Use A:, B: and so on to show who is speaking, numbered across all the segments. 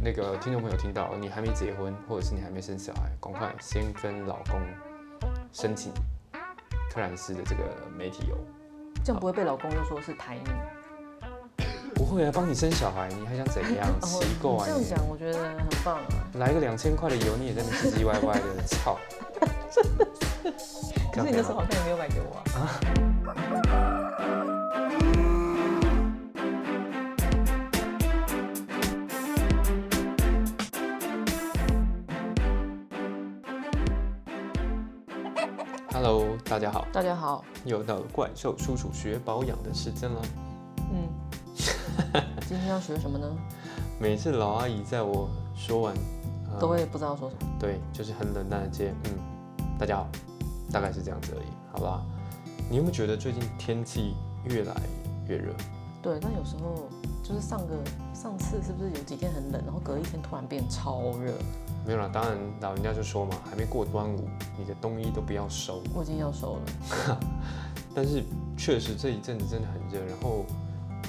A: 那个听众朋友听到，你还没结婚，或者是你还没生小孩，赶快先跟老公申请特兰斯的这个媒体油。
B: 这样不会被老公又说是台女。
A: 不会啊，帮你生小孩，你还想怎样？奇怪、
B: 哦，你这样讲我觉得很棒啊。
A: 来个两千块的油，你也在那唧唧歪歪的，操！
B: 可是你那时候好像也没有买给我啊。
A: Hello，大家好，
B: 大家好，
A: 又到了怪兽叔叔学保养的时间了。
B: 嗯，今天要学什么呢？
A: 每次老阿姨在我说完，呃
B: 都会不知道说什么。
A: 对，就是很冷淡的接，嗯，大家好，大概是这样子而已，好吧？你有没有觉得最近天气越来越热？
B: 对，但有时候就是上个上次是不是有几天很冷，然后隔一天突然变超热？
A: 没有啦，当然老人家就说嘛，还没过端午，你的冬衣都不要收。
B: 我已经要收了。
A: 但是确实这一阵子真的很热，然后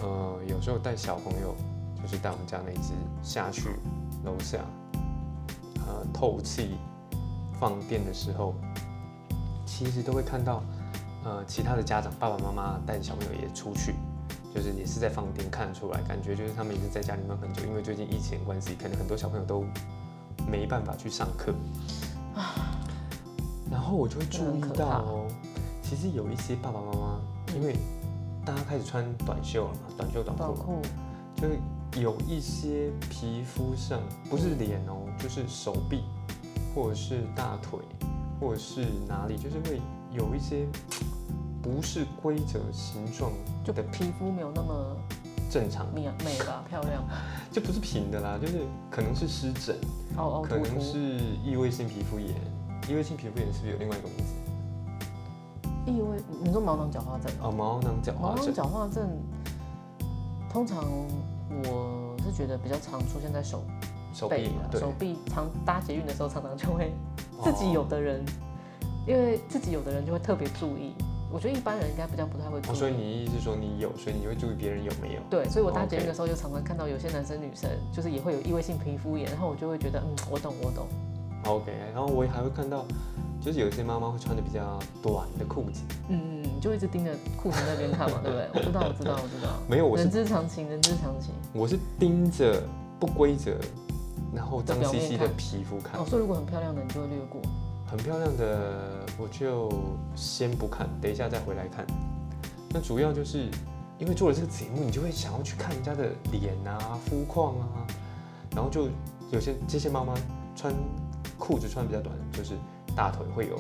A: 呃，有时候带小朋友，就是带我们家那只下去楼下，呃，啊透气放电的时候，其实都会看到呃其他的家长爸爸妈妈带小朋友也出去。就是也是在放电，看得出来，感觉就是他们也是在家里面很久，因为最近疫情的关系，可能很多小朋友都没办法去上课。然后我就会注
B: 真的
A: 意
B: 很可
A: 到
B: 怕
A: 哦，其实有一些爸爸妈妈，因为大家开始穿短袖了嘛，短袖短
B: 短
A: 裤，
B: 裤
A: 就是有一些皮肤上不是脸哦，就是手臂或者是大腿或者是哪里，就是会有一些不是规则形状
B: 就
A: 的
B: 皮肤没有那么
A: 正常，
B: 美美吧，漂亮吧。
A: 就不是平的啦，就是可能是湿疹，
B: 哦哦，
A: 可
B: 突
A: 能
B: 突。
A: 是异位性皮肤炎，异位性皮肤炎是不是有另外一个名字？
B: 异味，你说毛囊角化症啊？
A: 哦，毛囊角
B: 毛
A: 化
B: 囊
A: 症。
B: 角化症，通常我是觉得比较常出现在手
A: 手
B: 背
A: 臂嘛
B: 啊，
A: 对，
B: 手臂常搭捷运的时候，常常就会
A: 哦
B: 自己有的人，因为自己有的人就会特别注意。我觉得一般人应该比较不太会注
A: 哦，所以
B: 意。
A: 你意思是说你有，所以你会注意别人有没有？
B: 对，所以我搭捷运
A: OK
B: 的时候就常常看到有些男生女生就是也会有异位性皮肤炎，然后我就会觉得嗯，我懂我懂。
A: OK，然后我也还会看到，就是有些妈妈会穿的比较短的裤子，
B: 嗯，你就一直盯着裤子那边看嘛，对不对？我知道，我知道，我知道。
A: 没有， 我是
B: 人之常情，人之常情。
A: 我是盯着不规则，然后脏兮兮
B: 的表面
A: 的
B: 看
A: 皮肤看
B: 哦，，所以如果很漂亮的，你就会略过。
A: 很漂亮的我就先不看，等一下再回来看。那主要就是因为做了这个节目，你就会想要去看人家的脸啊、肤况啊，然后就有些这些妈妈穿裤子穿比较短，就是大腿会有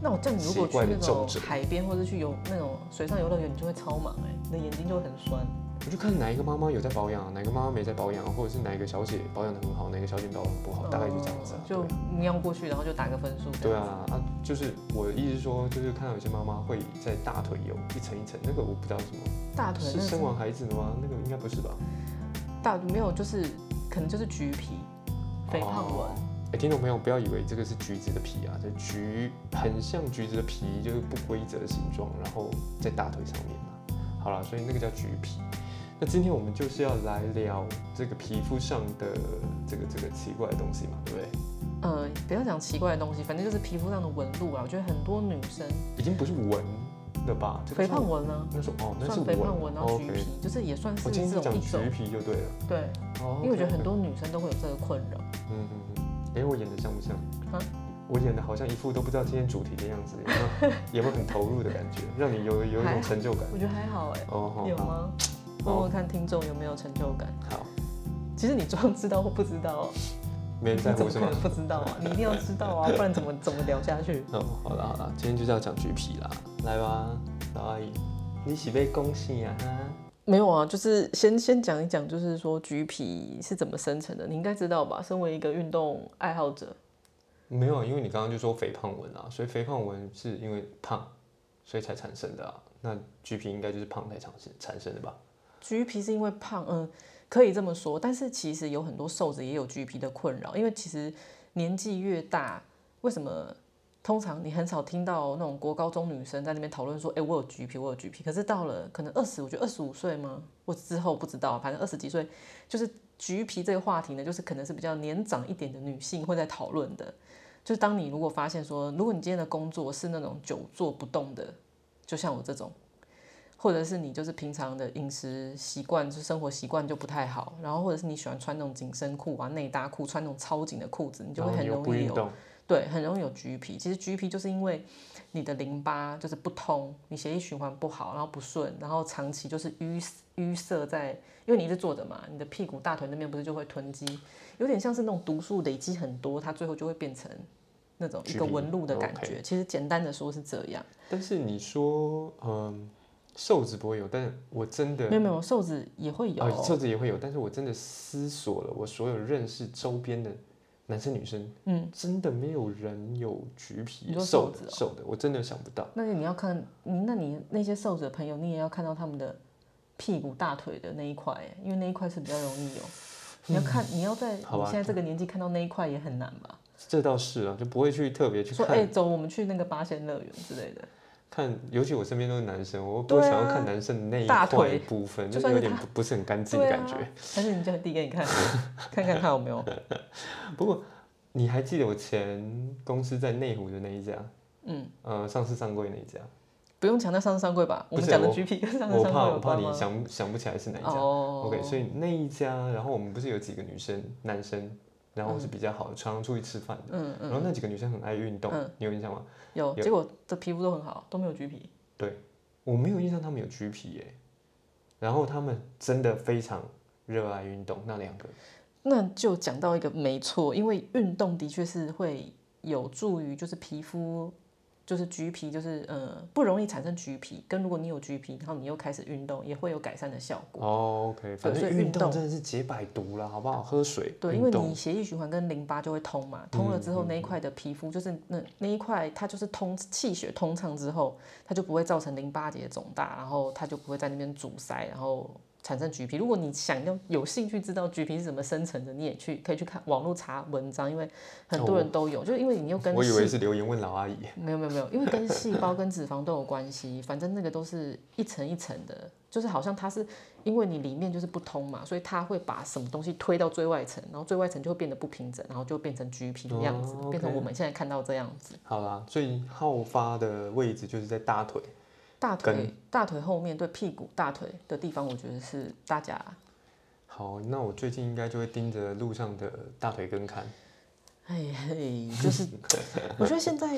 B: 那我叫你如果
A: 奇
B: 去
A: 怪的
B: 那种
A: 皱褶
B: 海边或者去游那种水上游乐园，你就会超忙哎、你的眼睛就会很酸。
A: 我就看哪一个妈妈有在保养，哪个妈妈没在保养，或者是哪一个小姐保养的很好，哪个小姐保养得不好，大概就这样子、啊
B: 哦。就瞄过去，然后就打个分数。
A: 对啊，对啊，，啊，就是我的意思是说，就是看到有些妈妈会在大腿有一层一层，那个我不知道是什么，
B: 大腿
A: 是
B: 那
A: 生
B: 是嗯
A: 完孩子的吗？那个应该不是吧？
B: 大没有，就是可能就是橘皮、肥胖纹。
A: 哦哎、听众朋友不要以为这个是橘子的皮啊，这橘很像橘子的皮，就是不规则的形状，然后在大腿上面嘛。好啦，所以那个叫橘皮。那今天我们就是要来聊这个皮肤上的这个这个奇怪的东西嘛，对不对？
B: 呃，不要讲奇怪的东西，反正就是皮肤上的纹路啊。我觉得很多女生
A: 已经不是纹了吧？这个
B: 肥
A: 算
B: 胖纹呢、
A: 那是哦，那是
B: 算肥胖
A: 纹
B: 纹，然后橘皮
A: OK，
B: 就是也算是
A: 我今天
B: 这
A: 是
B: 种
A: 讲
B: 一种
A: 橘。皮就对了。
B: 对，
A: 哦，
B: 因为我觉得很，多女生都会有这个困扰。
A: 嗯嗯嗯，哎，我演的像不像？
B: 啊
A: 我演的好像一副都不知道今天主题的样子，有没有？ 有没有很投入的感觉，让你有有一
B: 还好
A: 种成就感？
B: 我觉得还好哎、
A: 哦，好
B: 有
A: 好
B: 吗？问问看听众有没有成就感。
A: 好，
B: 其实你装知道或不知道，
A: 没人
B: 你
A: 在
B: 怎
A: 乎
B: 么
A: 是
B: 可
A: 吗
B: 能？不知道啊？你一定要知道啊，不然怎么怎么聊下去？
A: 哦，好了好了，今天就是要讲橘皮啦，来吧，老阿姨，你是被恭喜啊？
B: 没有啊，就是先先讲一讲，就是说橘皮是怎么生成的，你应该知道吧？身为一个运动爱好者，
A: 没有，因为你刚刚就说肥胖纹啊，所以肥胖纹是因为胖，所以才产生的啊。那橘皮应该就是胖才产生产生的吧？
B: 橘皮是因为胖，嗯、可以这么说。但是其实有很多瘦子也有橘皮的困扰，因为其实年纪越大，为什么通常你很少听到那种国高中女生在那边讨论说，哎、我有橘皮，我有橘皮。可是到了可能二十，我觉得二十五岁吗？我之后不知道，反正二十几岁，就是橘皮这个话题呢，就是可能是比较年长一点的女性会在讨论的。就是当你如果发现说，如果你今天的工作是那种久坐不动的，就像我这种，或者是你就是平常的饮食习惯、就生活习惯就不太好，然后或者是你喜欢穿那种紧身裤啊、内搭裤，穿那种超紧的裤子，你就
A: 然
B: 会
A: 后
B: 很
A: 又
B: 容
A: 哦不
B: 易
A: 运
B: 有
A: 动，
B: 对，很容易有橘皮。其实橘皮就是因为你的淋巴就是不通，你血液循环不好，然后不顺，然后长期就是淤淤塞在，因为你一直坐着嘛，你的屁股、大腿那边不是就会囤积，有点像是那种毒素累积很多，它最后就会变成那种一
A: 橘
B: 个
A: 皮
B: 纹路的感
A: ，OK
B: 觉。其实简单的说是这样，
A: 但是你说，嗯，瘦子不会有，但我真的
B: 没有没有，瘦子也会有。
A: 啊，瘦子也会有，但是我真的思索了我所有认识周边的男生女生，嗯，真的没有人有橘皮
B: 你，说
A: 瘦
B: 瘦子哦
A: 的瘦的，我真的想不到。
B: 那你要看，嗯那你那些瘦子的朋友，你也要看到他们的屁股、大腿的那一块，哎因为那一块是比较容易有。你要看，你要在
A: 嗯好
B: 你
A: 吧
B: 现在这个年纪看到那一块也很难吧？
A: 这倒是啊，就不会去特别去
B: 说
A: 看
B: 哎、走，我们去那个八仙乐园之类的。
A: 看，尤其我身边都是男生，我不会
B: 对
A: 想
B: 啊
A: 要看男生的那一
B: 大
A: 块
B: 腿
A: 的部分，
B: 就
A: 就
B: 算
A: 是
B: 是
A: 有点
B: 他
A: 不不是很干净的
B: 对
A: 感
B: 啊
A: 觉。，
B: 还是你叫你递给你看，看看他有没有？
A: 不过你还记得我前公司在内湖的那一家，嗯，呃，上市上柜那一家，
B: 不用强调上市商柜吧？我
A: 不
B: 们
A: 是
B: 讲的
A: 我
B: G P 跟上市
A: 我
B: 商
A: 怕
B: 柜有
A: 我怕
B: 关
A: 你
B: 吗？
A: 想想不起来是哪一家。
B: 哦
A: OK，所以那一家，然后我们不是有几个女生、男生，然后是比较好的，常常出去吃饭的。
B: 嗯
A: 然后那几个女生很爱运动，你有印象吗？
B: 有，结果的皮肤都很好，都没有橘皮。
A: 对，我没有印象她们有橘皮耶。然后她们真的非常热爱运动，那两个
B: 那就讲到一个没错，因为运动的确是会有助于就是皮肤，就是橘皮，就是呃不容易产生橘皮，跟如果你有橘皮，然后你又开始运动，也会有改善的效果。
A: 哦，OK，反正
B: 对所以
A: 运
B: 运动
A: 动真的是解百毒啦，好不好？喝水，
B: 对，因
A: 运
B: 为
A: 动嗯
B: 你血液循环跟淋巴就会通嘛，通了之后那一块的皮肤就是那那一块它就是通气血通畅之后，它就不会造成淋巴结肿大，然后它就不会在那边阻塞，然后产生橘皮。如果你想要有兴趣知道橘皮是怎么生成的，你也去可以去看网络查文章，因为很多人都有，就是因为你又跟
A: 哦我以
B: 细
A: 为是留言问老阿姨。
B: 没有没有没有，因为跟细胞跟脂肪都有关系，反正那个都是一层一层的，就是好像它是因为你里面就是不通嘛，所以它会把什么东西推到最外层，然后最外层就会变得不平整，然后就变成橘皮的样子，
A: 哦，OK
B: 变成我们现在看到这样子。
A: 好啦，最好发的位置就是在大腿。
B: 大腿大腿后面对屁股大腿的地方，我觉得是大家
A: 好，那我最近应该就会盯着路上的大腿根看。
B: 哎嘿，就是 我觉得现在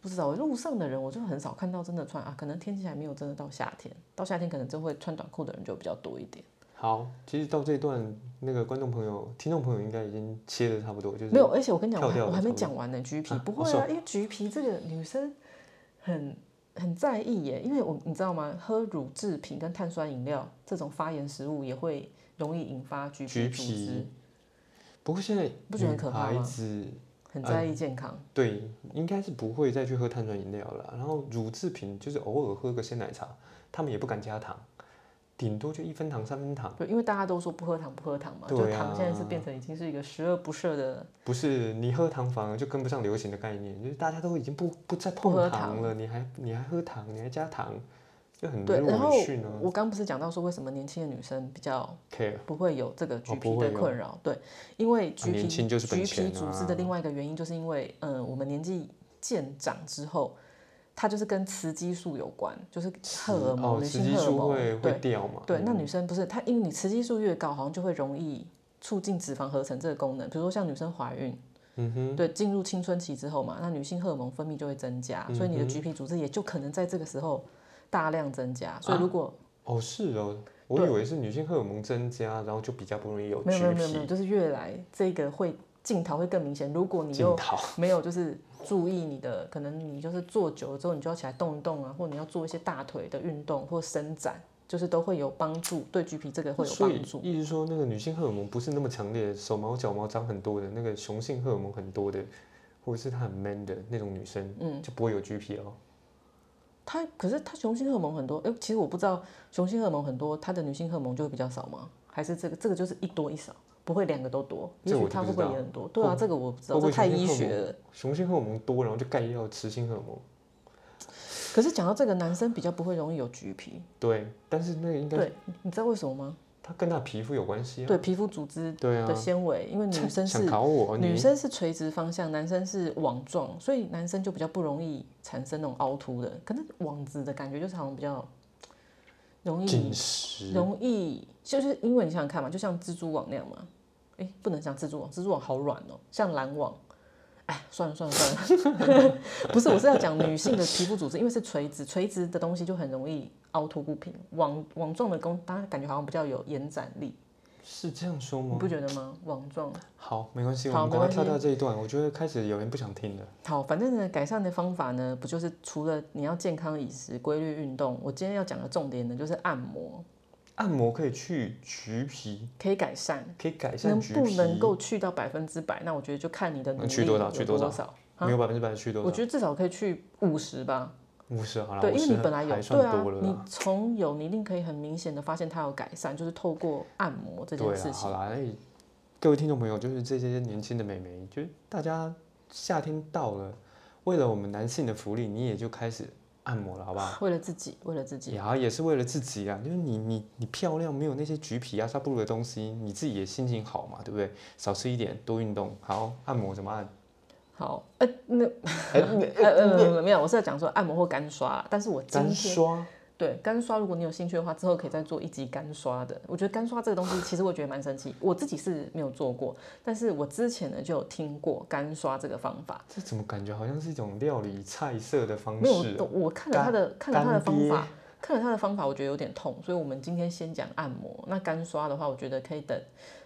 B: 不知道路上的人，我就很少看到真的穿啊，可能天气还没有真的到夏天，到夏天可能真会穿短裤的人就比较多一点。
A: 好，其实到这一段，那个观众朋友、听众朋友应该已经切的差不多，就是
B: 没有，而且我跟你讲，
A: 跳
B: 我还
A: 掉
B: 我
A: 了
B: 还没
A: 差不多
B: 讲完呢。橘皮、
A: 啊
B: 不
A: 哦
B: 会啊，因为橘皮这个女生很很在意耶，因为我你知道吗？喝乳制品跟碳酸饮料这种发炎食物也会容易引发橘皮
A: 橘
B: 组织，
A: 皮。不过现在
B: 不觉得很
A: 女
B: 可怕
A: 孩
B: 吗嗯
A: 子
B: 很在
A: 嗯
B: 意健康。
A: 对，应该是不会再去喝碳酸饮料了。然后乳制品就是偶尔喝个鲜奶茶，他们也不敢加糖，顶多就一分糖三分糖。
B: 对，因为大家都说不喝糖不喝糖嘛，
A: 对
B: 就糖现在是
A: 啊
B: 变成已经是一个十恶不赦的
A: 不是你喝糖反而就跟不上流行的概念，就是大家都已经不不再碰
B: 不喝
A: 糖了，你还你还喝糖，你还加糖，就很
B: 对。然后哦
A: 委屈呢。
B: 我刚不是讲到说为什么年轻的女生比较
A: care 哦
B: 不会有这个橘
A: 不
B: 皮
A: 会
B: 的
A: 有啊
B: 困扰，对，因为橘皮、
A: 年轻就是本
B: 橘皮
A: 钱
B: 组织
A: 啊
B: 的另外一个原因，就是因为呃，我们年纪渐长之后，它就是跟雌激素有关，就是荷尔蒙、
A: 哦，
B: 女
A: 雌
B: 性
A: 激
B: 荷尔
A: 素会会
B: 蒙，对
A: 掉嘛？嗯
B: 对。那女生不是她，因为你雌激素越高，好像就会容易促进脂肪合成这个功能，比如说像女生怀孕，
A: 嗯哼，
B: 对，进入青春期之后嘛，那女性荷尔蒙分泌就会增加，
A: 嗯
B: 所以你的橘皮组织也就可能在这个时候大量增加，所以如果
A: 哦是哦，我以为是女性荷尔蒙增加，然后就比较不容易有
B: 没有
A: 橘
B: 没有没有没
A: 皮
B: 有，就是越来这个会镜头会更明显。如果你
A: 镜
B: 又
A: 头。
B: 没有就是注意你的，可能你就是坐久了之后，你就要起来动一动啊，或你要做一些大腿的运动或伸展，就是都会有帮助，对橘皮这个会有
A: 所
B: 帮
A: 以
B: 助。
A: 意思说，那个女性荷尔蒙不是那么强烈，手毛脚毛长很多的，那个雄性荷尔蒙很多的，或者是她很 man 的那种女生，嗯，就不会有橘皮哦。
B: 它可是它雄性荷尔蒙很多，哎、其实我不知道雄性荷尔蒙很多，它的女性荷尔蒙就会比较少吗？还是这个这个就是一多一少，不会两个都多？
A: 这
B: 也许
A: 我就
B: 它
A: 不
B: 会
A: 知
B: 不会
A: 道
B: 也很多？对啊，这个我不知道，
A: 会不
B: 这
A: 会
B: 太
A: 雄
B: 医
A: 性荷
B: 学
A: 尔
B: 了。
A: 雄性荷尔蒙多，然后就盖掉雌性荷尔蒙。
B: 可是讲到这个，男生比较不会容易有橘皮，
A: 对，但是那个应该
B: 对，你知道为什么吗？
A: 它跟它皮肤有关系啊。
B: 对皮肤组织
A: 对啊
B: 的，纤维，因为女生
A: 想
B: 是
A: 考我，
B: 女
A: 你
B: 生是垂直方向，男生是网状，所以男生就比较不容易产生那种凹凸的。可是网子的感觉就是好像比较容易
A: 紧实，
B: 容易，就是因为你想想看嘛，就像蜘蛛网那样嘛。哎、不能讲蜘蛛网，蜘蛛网好软哦、像蓝网。哎，算了算了算了， 不是，我是要讲女性的皮肤组织，因为是垂直，垂直的东西就很容易凹凸不平。网网状的工，大家感觉好像比较有延展力，
A: 是这样说
B: 你
A: 吗？
B: 不觉得吗？网状。
A: 好，没关系，我
B: 好
A: 们赶
B: 没
A: 快跳
B: 关
A: 掉这一段，我觉得开始有人不想听了。
B: 好，反正呢，改善的方法呢，不就是除了你要健康饮食、规律运动，我今天要讲的重点呢，就是按摩
A: 按摩可以去橘皮，
B: 可以改善，
A: 可以改善
B: 能
A: 橘
B: 不
A: 皮，
B: 能够去到百分之百？那我觉得就看你的
A: 能
B: 努力
A: 去多少
B: 有
A: 去多
B: 多
A: 少
B: 啊
A: 没有百分之百的去多少，
B: 我觉得至少可以去五十吧，
A: 五十好了，
B: 对，因为
A: 50
B: 你本来有
A: 还
B: 对
A: 算
B: 啊
A: 多，了
B: 你
A: 啦。
B: 从有你一定可以很明显的发现它有改善，就是透过按摩这件
A: 对
B: 事
A: 啊，好。
B: 情
A: 啦，哎，各位听众朋友，就是这些年轻的美眉，就是大家夏天到了，为了我们男性的福利，你也就开始按摩了，啊好不好？
B: 为了自己，为了自己，
A: 也好，也是为了自己啊，就是你你你漂亮，没有那些橘皮啊、纱布的东西，你自己也心情好嘛，对不对？少吃一点，多运动，好，按摩怎 么按？
B: 好， 呃，那
A: 哎
B: 呃呃没有，我是在讲说按摩或干刷啦，但是我今
A: 干
B: 天
A: 刷，
B: 对干刷，如果你有兴趣的话，之后可以再做一集干刷的。我觉得干刷这个东西，其实我觉得蛮神奇，我自己是没有做过，但是我之前呢就有听过干刷这个方法。
A: 这怎么感觉好像是一种料理菜色的方
B: 没有
A: 式啊？，
B: 我看了他的看了他的
A: 干
B: 方
A: 爹
B: 法，看了他的方法，我觉得有点痛，所以我们今天先讲按摩。那干刷的话，我觉得可以等，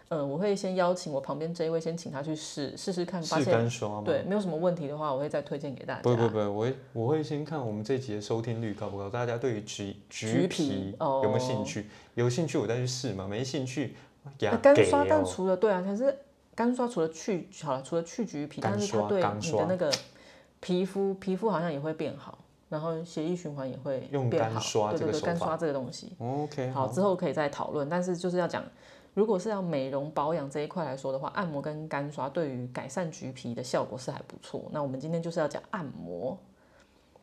B: 呃，我会先邀请我旁边这一位，先请他去试试试看，发
A: 是
B: 现
A: 干刷吗？
B: 对没有什么问题的话，我会再推荐给大家。
A: 不不不，我会我会先看我们这集的收听率高不高，大家对于橘
B: 橘
A: 橘
B: 皮
A: 皮
B: 哦
A: 有没有兴趣？有兴趣我再去试嘛，没兴趣
B: 那
A: 呀
B: 啊干
A: 给
B: 刷，但
A: 哦。
B: 除了对啊，可是干刷除了去好了，除了去橘皮，
A: 干
B: 但是它
A: 刷
B: 对
A: 干
B: 你的
A: 刷
B: 那个皮肤皮肤好像也会变好，然后血液循环也会
A: 用
B: 变
A: 干
B: 好。
A: 刷
B: 对
A: 这
B: 对
A: 个
B: 对，
A: 手
B: 干
A: 法
B: 刷这个东西。
A: OK，
B: 好，之后可以再讨论，但是就是要讲，如果是要美容保养这一块来说的话，按摩跟干刷对于改善橘皮的效果是还不错。那我们今天就是要讲按摩。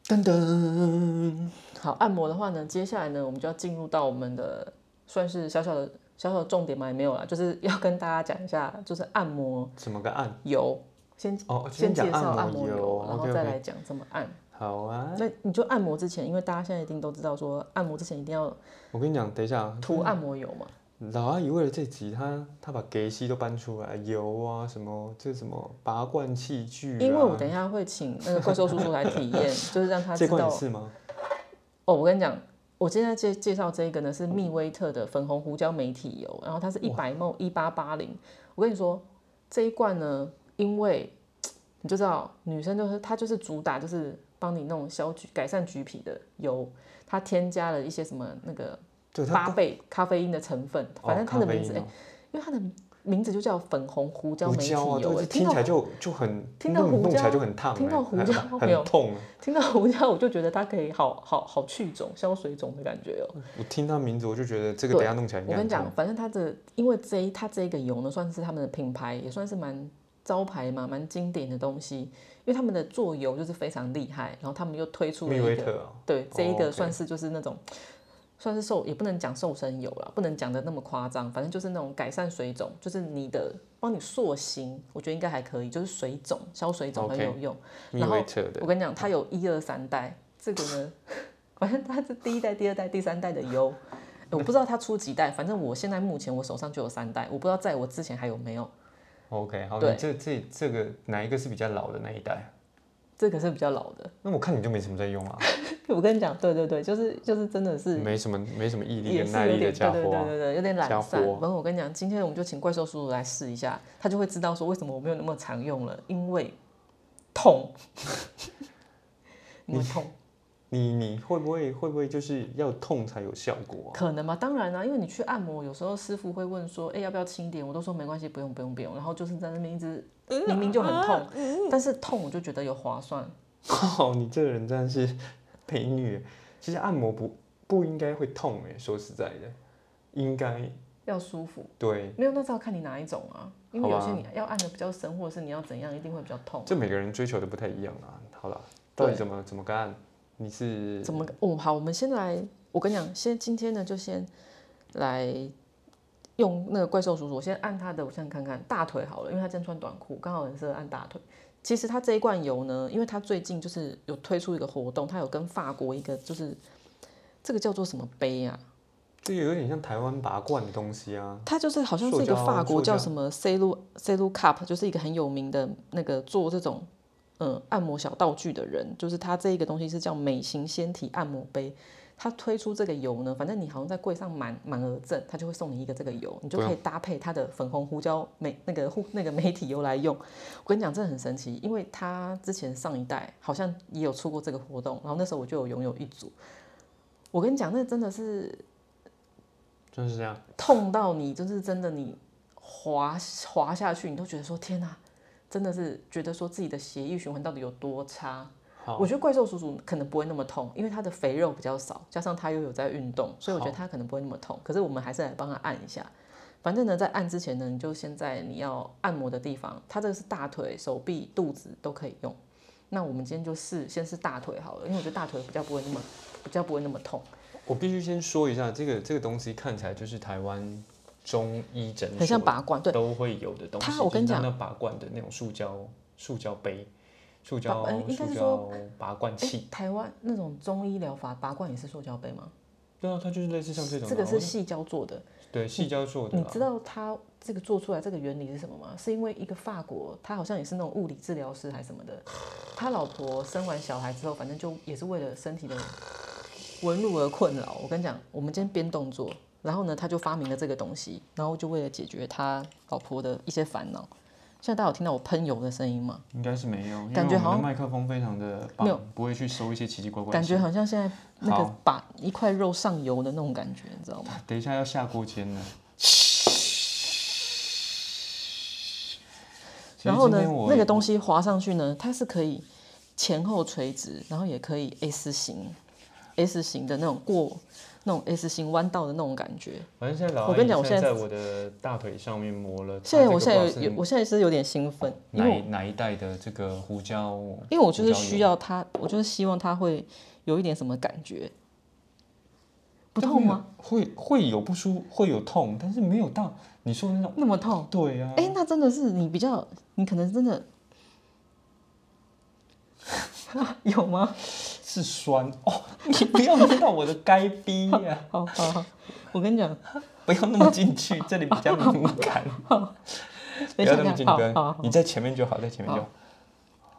A: 噔噔，
B: 好，按摩的话呢，接下来呢，我们就要进入到我们的算是小小的小小的重点嘛，也没有啦，就是要跟大家讲一下，就是按摩
A: 怎么个按？
B: 油，先
A: 哦，
B: 先介
A: 讲
B: 绍
A: 按
B: 按摩
A: 油
B: 油，然后
A: ，OK，
B: 再来讲怎么按。
A: 好啊。
B: 那你就按摩之前，因为大家现在一定都知道说，按摩之前一定要
A: 我跟你讲，等一下啊，
B: 涂按摩油嘛。
A: 老阿姨为了这集，她她把给西都搬出来，油啊，什么这什么拔罐器具啊，
B: 因为我等一下会请那个怪兽叔叔来 体验，就是让他知
A: 这罐
B: 道
A: 也是吗？
B: 哦。我跟你讲，我现在介介绍这个呢是密威特的粉红胡椒媒体油，然后它是一百 ml 一八八零。我跟你说，这一罐呢，因为你就知道女生就是它就是主打就是帮你弄消橘改善橘皮的油，它添加了一些什么那个
A: 对，她
B: 八倍咖啡因的成分，
A: 哦
B: 反正它的
A: 咖啡
B: 名字，
A: 因
B: 哎
A: 哦
B: 因为它的名字就叫粉红胡椒
A: 胡
B: 媒体
A: 椒啊，
B: 油，
A: 对，这
B: 哎听
A: 听
B: 到
A: 起来就就很
B: 听到
A: 弄
B: 胡
A: 弄起来
B: 椒
A: 就很烫欸，
B: 听到胡
A: 很
B: 椒
A: 很
B: 没有
A: 很痛欸。
B: 听到胡椒，我就觉得它可以好好好去肿、消水肿的感觉哦。
A: 我听它名字，我就觉得这个
B: 对
A: 等一下弄起来应
B: 我
A: 该
B: 跟你
A: 很痛。
B: 讲，反正它的，因为这一它这一个油呢，算是他们的品牌，也算是蛮招牌嘛，蛮经典的东西。因为他们的做油就是非常厉害，然后他们又推出了
A: 密
B: 一
A: 威
B: 个，
A: 特啊，
B: 对，这一
A: 哦
B: 个
A: ，OK
B: 算是就是那种。算是瘦，也不能讲瘦身油了，不能讲的那么夸张，反正就是那种改善水肿，就是你的帮你塑形，我觉得应该还可以，就是水肿消水肿很
A: OK
B: 有用。
A: 密
B: 然后
A: 威特的，
B: 我跟你讲，它有一二三代，这个呢， 反正它是第一代、第二代、第三代的油。诶我不知道它出几代，反正我现在目前我手上就有三代，我不知道在我之前还有没有。
A: OK，好，
B: 对
A: 你这这这个哪一个是比较老的那一代？
B: 这个是比较老的。
A: 那我看你就没什么在用啊，
B: 我跟你讲，对对对，就是就是真的是
A: 没什么没什么毅力
B: 也
A: 跟
B: 是
A: 耐力
B: 有
A: 的
B: 点
A: 家
B: 对对
A: 伙
B: 对
A: 啊。
B: 对对，有点懒
A: 家
B: 散。
A: 伙
B: 反正我跟你讲，今天我们就请怪兽叔叔来试一下，他就会知道说为什么我没有那么常用了，因为痛，因为痛。
A: 你你会不会会不会就是要痛才有效果啊？
B: 可能吗？当然啦、因为你去按摩，有时候师傅会问说：“哎、要不要轻点？”我都说没关系，不用不用不用。然后就是在那边一直，明明就很 痛，但是痛我就觉得有划算。
A: 哦，你这个人真的是 美女。其实按摩不不应该会痛诶，说实在的，应该
B: 要舒服，
A: 对，
B: 没有那是要看你哪一种啊，因为有
A: 好吧
B: 些你要按的比较深，或者是你要怎样，一定会比较痛。
A: 这每个人追求的不太一样啊。好了，到底怎么怎么干？你是
B: 怎么？哦，好，我们先来，我跟你讲，先今天呢就先来用那个怪兽叔叔，我先按他的，我先看看大腿好了，因为他今天穿短裤，刚好很适合按大腿。其实他这一罐油呢，因为他最近就是有推出一个活动，他有跟法国一个就是这个叫做什么杯啊，
A: 这个有点像台湾拔罐的东西啊，
B: 它就是好像是一
A: 塑
B: 个
A: 胶
B: 法国
A: 塑胶
B: 叫什么 C 路 C 路 Cup，就是一个很有名的那个做这种嗯按摩小道具的人，就是他这一个东西是叫美型纤体按摩杯。他推出这个油呢，反正你好像在柜上满满额赠，他就会送你一个这个油，你就
A: 不
B: 可以搭配它的粉红胡椒美那个护那个媒体油来用。我跟你讲，真的很神奇，因为他之前上一代好像也有出过这个活动，然后那时候我就有拥有一组。我跟你讲，那真的是
A: 就是这样。
B: 痛到你，就是真的你滑滑下去，你都觉得说天哪、真的是觉得说自己的血液循环到底有多差。
A: 好，
B: 我觉得怪兽叔叔可能不会那么痛，因为他的肥肉比较少，加上他又有在运动，所以我觉得他可能不会那么痛。可是我们还是来帮他按一下。反正呢，在按之前呢，你就先在你要按摩的地方，它这个是大腿、手臂、肚子都可以用。那我们今天就试先试大腿好了，因为我觉得大腿比较不会那么比较不会那么痛，
A: 我必须先说一下，这个这个东西看起来就是台湾中医诊所
B: 很像拔罐。对，
A: 都会有的东西。
B: 它我跟你
A: 就是
B: 讲
A: 它那拔罐的那种塑胶塑胶杯、塑胶
B: 拔呃应该
A: 塑
B: 是
A: 胶拔罐
B: 哎、
A: 器，
B: 台湾那种中医疗法拔罐也是塑胶杯吗？
A: 对啊，它就是类似像这种的啊。
B: 这个是
A: 我
B: 细胶做的。
A: 对细胶做的啊
B: 你
A: 啦，
B: 知道它这个做出来这个原理是什么吗？是因为一个法国，他好像也是那种物理治疗师还是什 么的，他老婆生完小孩之后，反正就也是为了身体的纹路而困扰。我跟你讲，我们今天编动作，然后呢，他就发明了这个东西，然后就为了解决他老婆的一些烦恼。现在大家有听到我喷油的声音吗？
A: 应该是没有，因为
B: 感觉
A: 我们的
B: 好像
A: 麦克风非常的
B: 没有
A: 棒，不会去收一些奇奇怪怪的
B: 感
A: 声音。
B: 觉好像现在那个
A: 好
B: 把一块肉上油的那种感觉，你知道吗？
A: 等一下要下锅煎了。
B: 然后呢
A: 其实今天我，
B: 那个东西滑上去呢，它是可以前后垂直，然后也可以 S 型，S 型的那种过那种 S 型弯道的那种感觉。
A: 反正现在老阿姨
B: 我跟你讲我
A: 现在
B: 现在
A: 在我的大腿上面磨了。
B: 现在
A: 它这个哦
B: 我现在
A: 不知道
B: 有
A: 是
B: 有，我现在是有点兴奋，因
A: 哪
B: 为
A: 一哪一代的这个胡椒？
B: 因为我就
A: 胡椒油
B: 是需要它，我就是希望它会有一点什么感觉，不
A: 但
B: 痛
A: 没有
B: 吗？？
A: 会会有不舒服，会有痛，但是没有到你说的那种。
B: 那么痛？
A: 对啊，
B: 哎、那真的是你比较，你可能 真的 有吗？
A: 是酸哦！你不要摸到我的该逼呀、
B: 好好好，我跟你讲，
A: 不要那么进去，这里比较敏 感。不
B: 等一
A: 要
B: 下
A: 那么近
B: 好
A: 端
B: 好好，
A: 你在前面就好，在前面就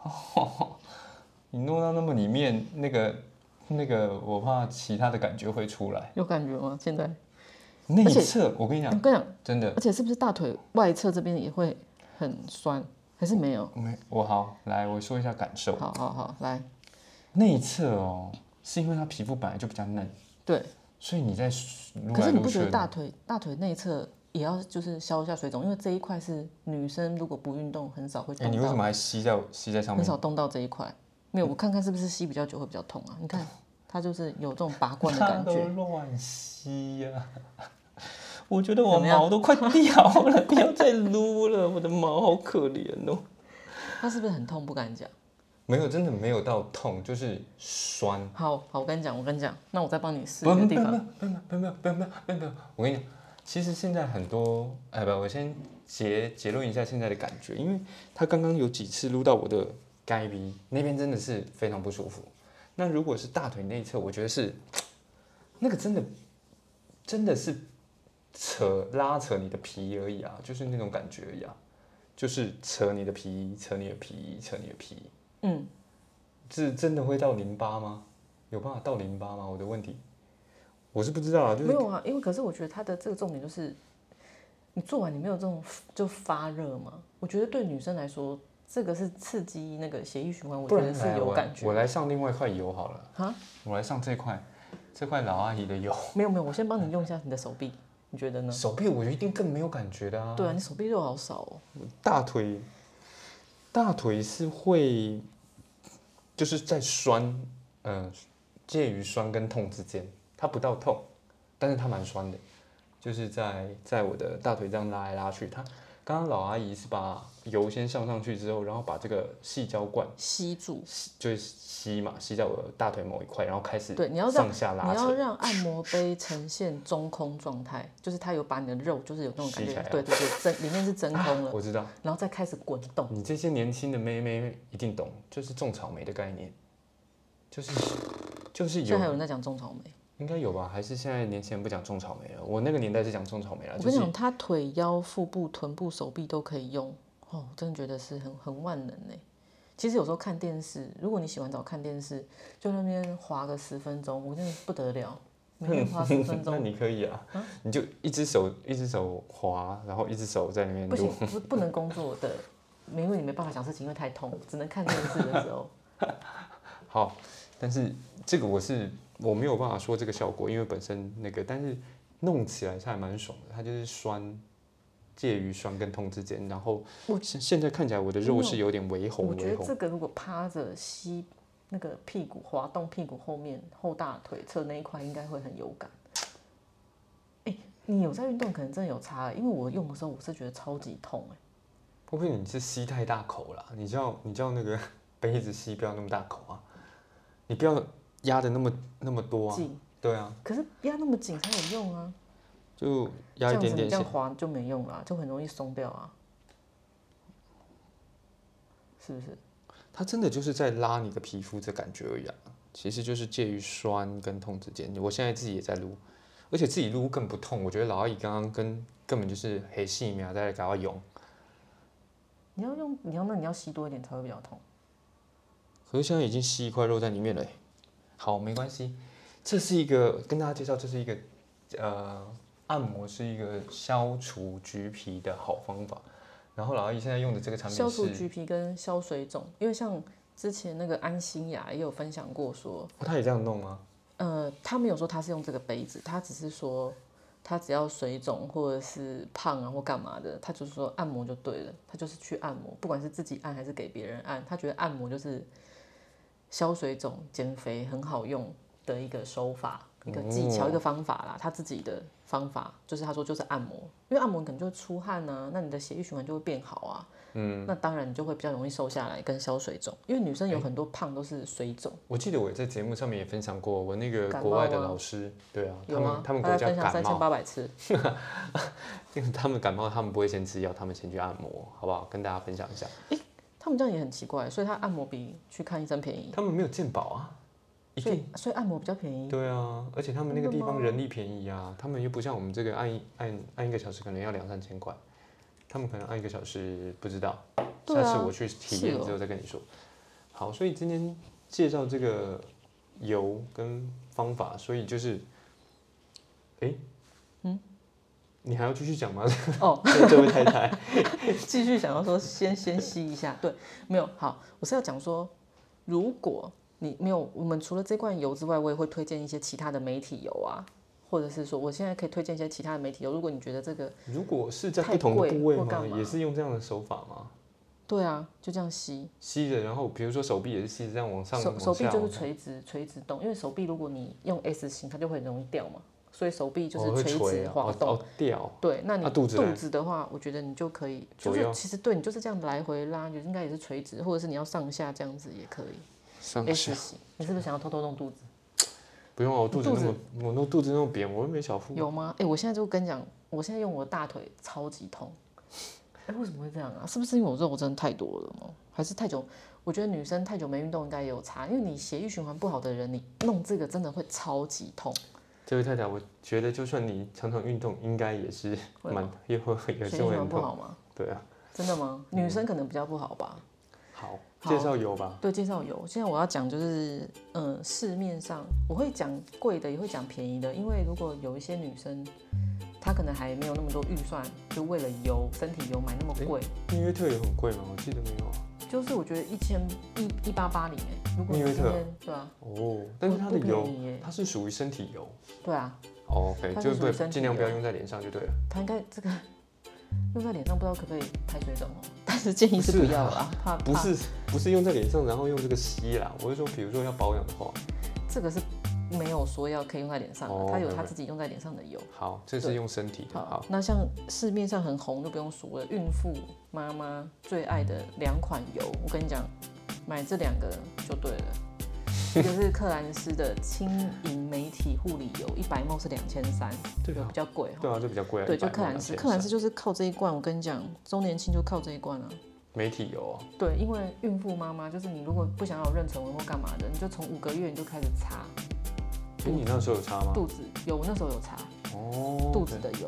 A: 好。 你弄到那么里面，那个那个，我怕其他的感觉会出来。
B: 有感觉吗？现在
A: 内
B: 而且
A: 侧，我跟你
B: 我
A: 讲，
B: 跟你讲，
A: 真的
B: 而且是不是大腿外侧这边也会很酸，还是没有？
A: 没我好来，我说一下感受。
B: 好好好，来，
A: 内侧哦，是因为它皮肤本来就比较嫩，
B: 对。
A: 所以你在撸
B: 可
A: 嗯来
B: 是你
A: 撸
B: 不
A: 去
B: 觉得
A: 的，
B: 大腿大腿内侧也要就是消一下水肿，因为这一块是女生如果不运动很少会
A: 哎，
B: 动
A: 你为
B: 到，
A: 什么还吸在我吸在上
B: 很
A: 面？嗯
B: 少动到这一块。没有，我看看是不是吸比较久会比较痛啊？你看，它就是有这种拔罐的
A: 它
B: 感
A: 都
B: 觉。
A: 乱吸呀、 我觉得我
B: 怎么样
A: 毛都快掉了，不要再撸了，我的毛好可怜哦。
B: 它是不是很痛？不敢讲。
A: 没有，真的没有到痛，就是酸。
B: 好好，我跟你讲，我跟你讲，那我再帮你试
A: 不
B: 一
A: 不
B: 个
A: 不
B: 地方。
A: 不不不不不不不，我跟你讲，其实现在很多，哎不，我先结结论一下现在的感觉，因为他刚刚有几次撸到我的该鼻那边，真的是非常不舒服。那如果是大腿内侧，我觉得是那个真的真的是扯拉扯你的皮而已啊，就是那种感觉而已啊，就是扯你的皮，扯你的皮，扯你的皮。
B: 嗯，
A: 是真的会到淋巴吗？有办法到淋巴吗？我的问题，我是不知道啊，就
B: 没
A: 是
B: 有啊，因为可是我觉得它的这个重点就是，你做完你没有这种就发热吗？我觉得对女生来说，这个是刺激那个血液循环，我
A: 不
B: 觉
A: 然
B: 得是
A: 来
B: 有
A: 我
B: 感觉
A: 我来上另外一块油好了，
B: 啊。
A: 我来上这块这块老阿姨的油，
B: 没有没有，我先帮你用一下你的手臂，你觉得呢？
A: 手臂我一定更没有感觉的啊。
B: 对啊，你手臂肉好少哦。
A: 大腿，大腿是会，就是在酸，嗯、介于酸跟痛之间，它不到痛，但是它蛮酸的，就是在在我的大腿这样拉来拉去，它刚刚老阿姨是把油先上上去之后，然后把这个细胶罐
B: 吸住，
A: 吸就是吸嘛，吸在我的大腿某一块，然后开始
B: 对你要让
A: 上下拉
B: 你要
A: 扯，
B: 让按摩杯呈现中空状态，就是它有把你的肉，就是有那种感
A: 吸起
B: 觉
A: 来啊，
B: 对对对，真里面是真空了，
A: 我 知道。
B: 然后再开始滚动。
A: 你这些年轻的妹妹一定懂，就是种草莓的概念，就是就是
B: 现在还有
A: 有
B: 人在讲种草莓，
A: 应该有吧？还是现在年轻人不讲种草莓了？我那个年代是讲种草莓了，
B: 我
A: 就
B: 跟你
A: 是
B: 讲，它腿、腰、腹部、臀部、手臂都可以用哦，我真的觉得是很很万能呢。其实有时候看电视，如果你洗完澡看电视，就那边滑个十分钟，我真的不得了，每天 滑十分
A: 那
B: 钟，
A: 你可以啊，
B: 嗯
A: 你就一只手一只手滑，然后一只手在那边
B: 不行
A: 撸，，
B: 不不能工作的，因为你没办法想事情，因为太痛，只能看电视的时候。
A: 好，但是这个我是我没有办法说这个效果，因为本身那个，但是弄起来是还蛮爽的，它就是酸，介于酸跟痛之间，然后现现在看起来我的肉是有点微
B: 我
A: 红
B: 觉
A: 微
B: 得
A: 红，
B: 这个如果趴着吸那个屁股滑动屁股后面后大腿侧那一块，应该会很有感。哎、你有在运动，可能真的有差、欸因为我用的时候我是觉得超级痛哎、
A: 会不会你是吸太大口了？啊你叫你叫那个 杯子吸不要那么大口啊，你不要压的那么那么多啊，
B: 紧、
A: 对啊，
B: 可是不要那么紧才有用啊，
A: 就
B: 这
A: 压一
B: 样子
A: 点
B: 你
A: 点
B: 这
A: 先
B: 样滑就没用啦，就很容易松掉啊，是不是？
A: 它真的就是在拉你的皮肤这感觉而已啊，其实就是介于酸跟痛之间。我现在自己也在撸，而且自己撸更不痛。我觉得老阿姨刚刚跟根本就是黑细苗在搞用，
B: 你要用，你要那你要吸多一点才会比较痛。
A: 可是现在已经吸一块肉在里面了欸。好，没关系，这是一个跟大家介绍，这是一个呃，按摩是一个消除橘皮的好方法。然后老阿姨现在用的这个产
B: 消
A: 品
B: 除
A: 是，
B: 橘皮跟消水肿，因为像之前那个安心雅也有分享过说，
A: 哦她也这样弄吗？
B: 呃，他没有说他是用这个杯子，他只是说他只要水肿或者是胖啊或干嘛的，他就是说按摩就对了，他就是去按摩，不管是自己按还是给别人按，他觉得按摩就是消水肿、减肥很好用的一个手法、一个技巧、一个方法啦。他自己的方法就是他说就是按摩，因为按摩你可能就会出汗啊，那你的血液循环就会变好啊，嗯，那当然你就会比较容易瘦下来跟消水肿，因为女生有很多胖都是水肿。
A: 我记得我在节目上面也分享过，我那个
B: 感
A: 国
B: 冒
A: 外的
B: 吗
A: 老师，对啊，他
B: 有
A: 们
B: 吗？
A: 他们
B: 大
A: 国家
B: 家分享
A: 感
B: 三
A: 冒
B: 千，八百次，
A: 他们感冒他们不会先吃药，他们先去按摩，好不好？跟大家分享一下，
B: 他们这样也很奇怪，所以他按摩比去看医生便宜，
A: 他们没有健保啊，一
B: 所
A: 定
B: 以所以按摩比较便宜。
A: 对啊，而且他们那个
B: 真的
A: 地方
B: 吗
A: 人力便宜啊，他们又不像我们这个按一按按一个小时可能要两三千块，他们可能按一个小时不知道，
B: 对
A: 下
B: 啊
A: 次我去体验
B: 是哦
A: 之后再跟你说。好，所以今天介绍这个油跟方法，所以就是，哎、嗯，你还要继续讲吗？
B: 哦，
A: 这位太太，
B: 继续想要说先先吸一下，对，没有好，我是要讲说，如果你没有，我们除了这罐油之外，我也会推荐一些其他的媒体油啊，或者是说我现在可以推荐一些其他的媒体油，如果你觉得 这个
A: 如果是在
B: 太
A: 不同的
B: 贵
A: 部位
B: 或
A: 吗
B: 干？嘛
A: 也是用这样的手法吗？
B: 对啊，就这样吸，
A: 吸着，然后比如说手臂也是吸着，
B: 啊
A: 这样往上，
B: 手
A: 往
B: 手臂
A: 下
B: 就是垂直垂直动，因为手臂如果你用 S 型，它就会很容易掉嘛，所以手臂就
A: 哦会
B: 是垂
A: 垂
B: 直
A: 啊
B: 滑
A: 哦
B: 动。
A: 哦掉，
B: 对，那你
A: 啊肚子嘞
B: 的话，我觉得你就可以，就
A: 左
B: 是
A: 右
B: 其实对你就是这样来回拉，就应该也是垂直，或者是你要上下这样子也可以。
A: 上
B: S 型，你是不是想要偷偷弄肚子？
A: 不用啊，我肚子
B: 肚
A: 那么我那肚子那么扁，我又没小腹。
B: 有吗？哎、我现在就跟你讲，我现在用我的大腿超级痛。哎、为什么会这样啊？是不是因为我肉真的太多了吗？还是太久？我觉得女生太久没运动应该也有差，因为你血液循环不好的人，你弄这个真的会超 级痛。
A: 这位太太，我觉得就算你常常运动，应该也是
B: 会
A: 蛮也会也
B: 血
A: 是
B: 液循
A: 会
B: 环
A: 很
B: 不
A: 痛。
B: 好吗？
A: 对啊，
B: 真的吗？女生可能比较不好吧。
A: 好，
B: 好
A: 介绍油吧。
B: 对，介绍油。现在我要讲就是，嗯、市面上我会讲贵的，也会讲便宜的，因为如果有一些女生，她可能还没有那么多预算，就为了油、身体油买那么贵，
A: 蜜月特有很贵吗？我记得没有啊。
B: 就是我觉得一千一一八八零哎，如果
A: 蜜
B: 你
A: 月
B: 今
A: 特
B: 天对啊，
A: 哦，但是它
B: 不
A: 的
B: 不便
A: 油，
B: 宜耶，
A: 它是属于身体油。
B: 对啊，
A: 哦，OK，
B: 它是
A: 就
B: 属于
A: 不
B: 身体
A: 尽量不要
B: 油
A: 用在脸上就对了。
B: 她应该这个用在脸上不知道可不可以排水肿哦， 但是建议是
A: 不是
B: 不要啦，怕
A: 不
B: 怕
A: 是不是用在脸上，然后用这个吸啦。我是说，比如说要保养的话，
B: 这个是没有说要可以用在脸上啊
A: 哦，
B: 它有
A: 没有
B: 它自己用在脸上的油。
A: 好，这是
B: 对
A: 用身体的。好，
B: 那像市面上很红就不用说了，孕妇妈妈最爱的两款油，我跟你讲，买这两个就 对了。一个是克兰斯的轻盈媒体护理油，一百 ml 是两千三，
A: 对
B: 比
A: 啊，
B: 较贵哈。
A: 对啊，这比较贵啊。
B: 对，
A: 100
B: 就克兰斯，
A: 嘛
B: 克兰
A: 100
B: 斯就是靠这一罐。我跟你讲，周年庆就靠这一罐啊。
A: 媒体油哦，
B: 对，因为孕妇妈妈就是你如果不想要有妊娠纹或干嘛的，你就从五个月你就开始擦
A: 哎，你那时候有擦吗？
B: 肚子有，我那时候有擦
A: 哦，
B: 肚子的油。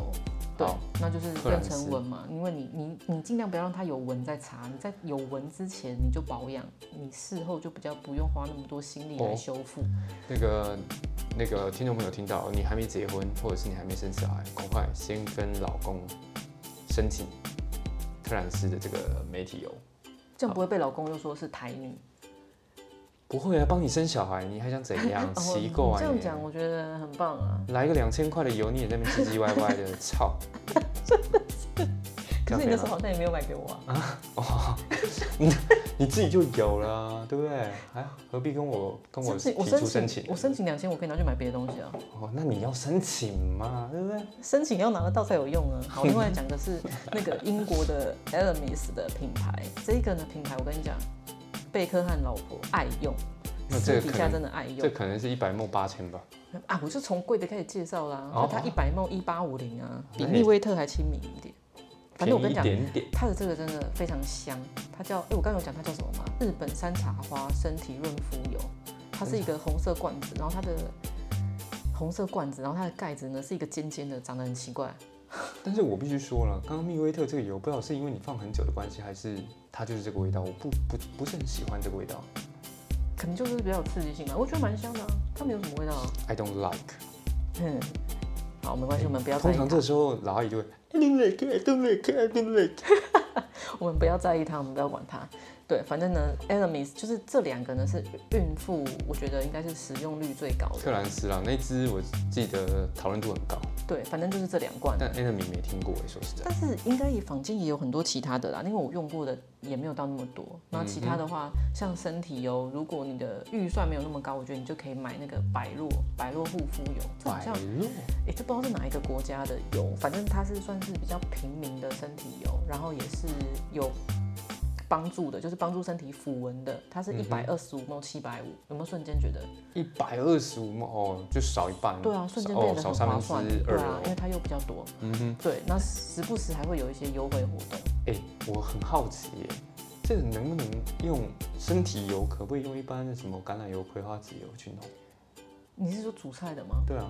B: 对
A: 好，
B: 那就是
A: 克兰
B: 妊
A: 斯
B: 娠纹嘛，因为你你你尽量不要让它有纹再擦，你在有纹之前你就保养，你事后就比较不用花那么多心力来
A: 哦
B: 修复。
A: 那个那个听众朋友听到，你还没结婚，或者是你还没生小孩，赶快先跟老公申请特兰斯的这个媒体油。
B: 这样不会被老公又说是台女。
A: 不会啊，帮你生小孩，你还想怎样？
B: 哦
A: 奇怪、欸，
B: 你这样讲我觉得很棒啊。
A: 来个两千块的油，你也在那边唧唧歪歪的，操！
B: 可是
A: 这
B: 你那
A: 样
B: 时候好像也没有买给我啊。
A: 你自己就有了啊、对不对？还何必跟我跟我
B: 是
A: 提
B: 不是
A: 出
B: 我
A: 申
B: 申
A: 请？
B: 我申请两千，我可以拿去买别的东西啊。
A: 哦，那你要申请嘛，对不对？
B: 申请要拿得到才 有用啊。好，另外讲的是那个英国的 Elemis 的品牌，这个呢品牌我跟你讲，贝克汉老婆爱用，
A: 那这
B: 私
A: 个
B: 底
A: 可
B: 下
A: 能
B: 真的爱
A: 这
B: 用
A: 可能是一百梦八千吧。
B: 啊。我就从贵的开始介绍啦，
A: 哦
B: 那它一百梦一八五零啊，比
A: 那
B: 蜜
A: 也
B: 威特还亲民一点。反正我跟
A: 便
B: 你
A: 宜
B: 讲
A: 一，点点，
B: 它的这个真的非常香，它叫哎、我刚刚有讲它叫什么吗？日本山茶花身体润肤油，它是一个红色罐子，然后它的红色罐子，然后它的盖子呢是一个尖尖的，长得很奇怪。
A: 但是我必须说了，刚刚蜜威特这个油，不知道是因为你放很久的关系，还是它就是这个味道，我不不不是很喜欢这个味道
B: 可能就是比较有刺激性吧，我觉得蛮香的、啊，它没有什么味道、啊。
A: ，I don't like。
B: 嗯，好，没关系，我们不要在
A: 通
B: 意
A: 常
B: 它，
A: 这时候老阿姨就会 I don't like, I don't like, I don't like。
B: 我们不要在意它，我们不要管它。对，反正呢，Elemis 就是这两个呢是孕妇，我觉得应该是使用率最高
A: 克
B: 的。
A: 兰斯啦，那支我记得讨论度很高，
B: 对，反正就是这两罐。
A: 但 enemy 没听过诶，说实在。
B: 但是应该也坊间也有很多其他的啦，因为我用过的也没有到那么多。
A: 嗯
B: 然后其他的话，像身体油，如果你的预算没有那么高，我觉得你就可以买那个百洛百洛护肤油，这好
A: 百
B: 像
A: 洛
B: 诶，这不知道是哪一个国家的油，反正它是算是比较平民的身体油，然后也是有帮助的，就是帮助身体抚纹的。它
A: 嗯
B: 是一百二十五毛七百五，有没有瞬间觉得？
A: 一百二十五哦，就少一半。
B: 对啊，瞬间
A: 少
B: 变
A: 哦，
B: 得
A: 少
B: 很
A: 三
B: 划
A: 分
B: 算。
A: 之
B: 对
A: 二
B: 啊，因为
A: 哦。
B: 它又比较多。
A: 嗯哼，
B: 对，那时不时还会有一些优惠活动。
A: 哎、我很好奇耶，这个能不能用身体油？可不可以用一般的什么橄榄油、葵花籽油去弄？
B: 你是说煮菜的吗？
A: 对啊，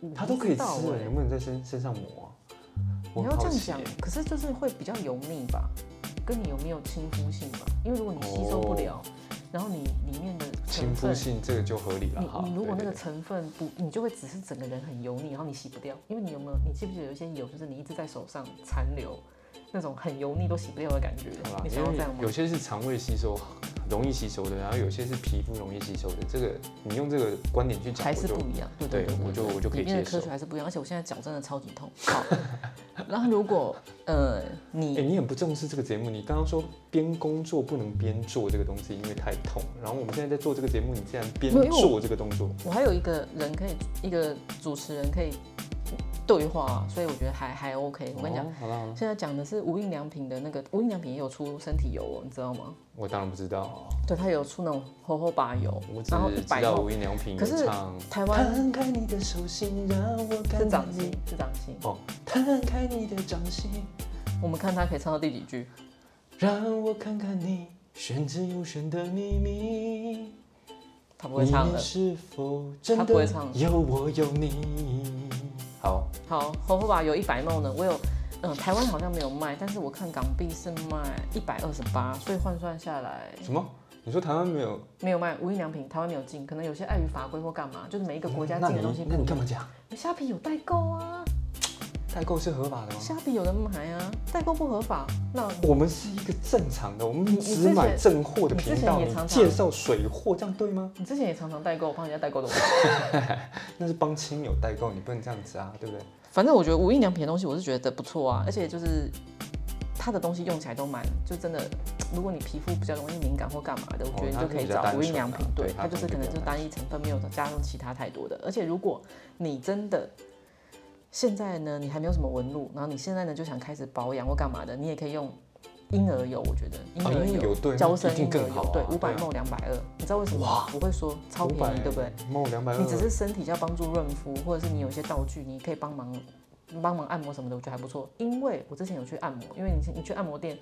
B: 我
A: 它
B: 不
A: 都可以
B: 知
A: 吃
B: 道
A: 了，
B: 欸
A: 能不能在身身上抹啊？我
B: 你
A: 很
B: 要
A: 好
B: 这样
A: 奇欸
B: 讲
A: 耶，
B: 可是就是会比较油腻吧，跟你有没有亲肤性吧？因为如果你吸收不了，然后你里面的成
A: 哦亲肤
B: 分，
A: 性这个就合理了
B: 你
A: 哈。
B: 你如果那
A: 对
B: 个
A: 对对
B: 成分不，你就会只是整个人很油腻，然后你洗不掉。因为你有没有，你记不记得有一些油就是你一直在手上残留，那种很油腻都洗不掉的感觉
A: 好？啦
B: 你想要
A: 因
B: 这
A: 为
B: 样吗
A: 有？些是肠胃吸收容易吸收的，然后有些是皮肤容易吸收的。这个你用这个观点去讲，
B: 还
A: 我
B: 是
A: 就
B: 不一样，对
A: 对
B: 对，
A: 我就
B: 对
A: 我就可以
B: 里面的
A: 接
B: 科
A: 受
B: 学还是不一样，而且我现在脚真的超级痛。好， 然后如果呃
A: 哎、
B: 你
A: 你很不重视这个节目。你刚刚说边工作不能边做这个东西，因为太痛。然后我们现在在做这个节目，你竟然边
B: 没有因为我
A: 做这个动作，
B: 我还有一个人可以，一个主持人可以对话，啊所以我觉得还还 OK。我跟你讲，
A: 哦，好了好了，
B: 现在讲的是无印良品的那个，无印良品也有出身体油哦，你知道吗？
A: 我当然不知道，
B: 对，它有出那种猴猴把油
A: 我，只
B: 然后一
A: 是
B: 百
A: 知道
B: 毫
A: 无印良品
B: 可是
A: 有唱。
B: 台湾
A: 摊开你的手心，让我看
B: 是掌
A: 见
B: 心
A: 你。，
B: 是掌心。
A: 哦，摊开你的掌心，
B: 我们看它可以唱到第几句？
A: 让我看看你玄之又玄的秘密。
B: 他不会
A: 你
B: 唱了。
A: 是否真
B: 他不会唱
A: 的有我有你？好，
B: 好，猴猴把油一百梦呢，我有。嗯，台湾好像没有卖，但是我看港币是卖一百二十八，所以换算下来
A: 什么？你说台湾没有？
B: 没有卖无印良品，台湾没有进，可能有些碍于法规或干嘛，就是每一个国家
A: 嗯那
B: 进的东西
A: 你
B: 不
A: 那
B: 一
A: 你
B: 样
A: 干。嘛讲？
B: 虾皮有代购啊，
A: 代购是合法的吗？
B: 虾皮有人买啊，代购不合法。那
A: 我们是一个正常的，我们
B: 啊之
A: 只
B: 前
A: 买正货的
B: 你之
A: 频
B: 前
A: 道，
B: 也
A: 你
B: 常常
A: 介绍水货，这样对吗？
B: 你之前也常常代购，我帮人家代购的。
A: 那是帮亲友代购，你不能这样子啊，对不对？
B: 反正我觉得无印良品的东西，我是觉得不错啊，而且就是它的东西用起来都蛮，就真的，如果你皮肤比较容易敏感或干嘛的，我觉得你
A: 哦它
B: 就
A: 就
B: 可以
A: 比较
B: 找
A: 单
B: 无
A: 纯
B: 印良
A: 啦
B: 品，
A: 对
B: 对，
A: 它
B: 它就是
A: 东西
B: 可能
A: 比较
B: 就单一成分，没有加上其他太多的。而且如果你真的现在呢，你还没有什么纹路，然后你现在呢就想开始保养或干嘛的，你也可以用婴儿油，我觉得婴
A: 啊，因
B: 儿
A: 为
B: 油。
A: 有对
B: 娇
A: 那
B: 生
A: 一
B: 婴
A: 定
B: 儿
A: 更好
B: 油
A: 啊，
B: 对，五百
A: 啊
B: 梦两百二，你知道为什么吗？我会说超便宜，
A: 500
B: 对不对？
A: 梦两百二，
B: 你只是身体要帮助润肤，或者是你有一些道具，你可以帮忙帮忙按摩什么的，我觉得还不错。因为我之前有去按摩，因为你你去按摩店，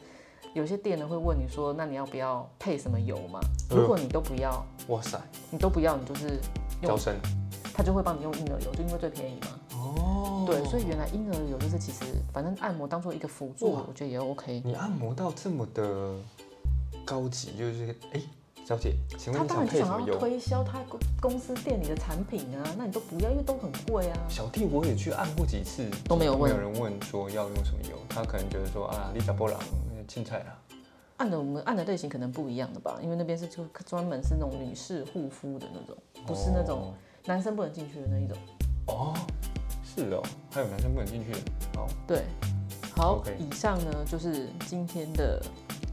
B: 有些店呢会问你说，那你要不要配什么油嘛？
A: 嗯
B: 如果你都不要，
A: 哇塞，
B: 你都不要，你就是
A: 娇
B: 用，
A: 生
B: 他就会帮你用婴儿油，就因为最便宜嘛。
A: 哦
B: 对，所以原来婴儿油就是其实反正按摩当做一个辅助
A: 哇，
B: 我觉得也 OK。
A: 你按摩到这么的高级，就是哎，小姐，请问
B: 他
A: 你
B: 当
A: 想
B: 然
A: 配什么
B: 就想要
A: 油？
B: 推销他公公司店里的产品啊，那你都不要，因为都很贵啊。
A: 小弟我也去按过几次，
B: 都没有问
A: 没有人问说要用什么油，他可能觉得说啊，你甲波朗青菜啊啦，
B: 按的我们按的类型可能不一样的吧，因为那边是就专门是那种女士护肤的那种，不是那
A: 哦
B: 种男生不能进去的那一种。
A: 哦，哦是哦，还有男生不能进去，好，
B: 对，好
A: OK
B: 以上呢就是今天的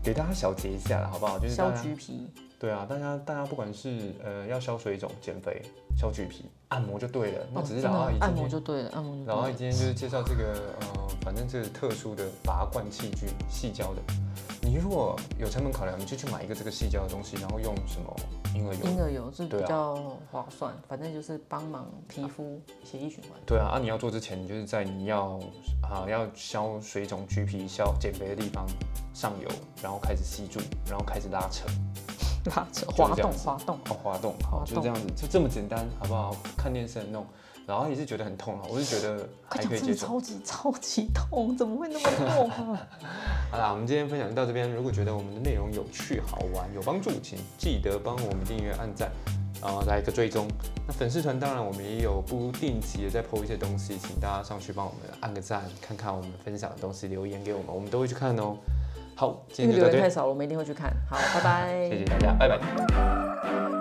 A: 给大家小结一下啦，好不好？就是大
B: 消
A: 家
B: 橘皮，
A: 对啊，大家大家不管是呃要消水肿、减肥、消橘皮、按摩就对了，那
B: 哦
A: 只是
B: 真的
A: 老阿姨
B: 按
A: 今
B: 摩
A: 天，
B: 就嗯对了，按摩就
A: 老阿
B: 对
A: 姨
B: 了。
A: 今天就是介绍这个呃，反正这个特殊的拔罐器具，细胶的。你如果有成本考量，你就去买一个这个细胶的东西，然后用什么婴儿油
B: 婴儿油是比
A: 对啊
B: 较划算，反正就是帮忙皮肤血液循 环。
A: 对啊，啊你要做之前，你就是在你要啊要消水肿、橘皮、消减肥的地方上油，然后开始吸住，然后开始拉扯，
B: 拉扯
A: 就是
B: 滑
A: 这样
B: 动
A: 子
B: 滑动，
A: 哦滑动，好
B: 滑
A: 就是这样子，就这么简单，好不好？看电视很弄，然后也是觉得很痛了，啊我是觉得还
B: 快讲
A: 可以
B: 哎真
A: 接
B: 的
A: 受。
B: 超级超级痛，怎么会那么痛 啊？
A: 好啦，我们今天分享到这边，如果觉得我们的内容有趣、好玩、有帮助，请记得帮我们订阅、按赞。然后来一个追踪，那粉丝团当然我们也有不定期的在 PO 一些东西，请大家上去帮我们按个赞，看看我们分享的东西，留言给我们，我们都会去看哦。好，今
B: 因为
A: 天就到
B: 留
A: 这
B: 言
A: 边
B: 太，少了，我们一定会去看。好，拜拜。
A: 谢谢大家，拜拜。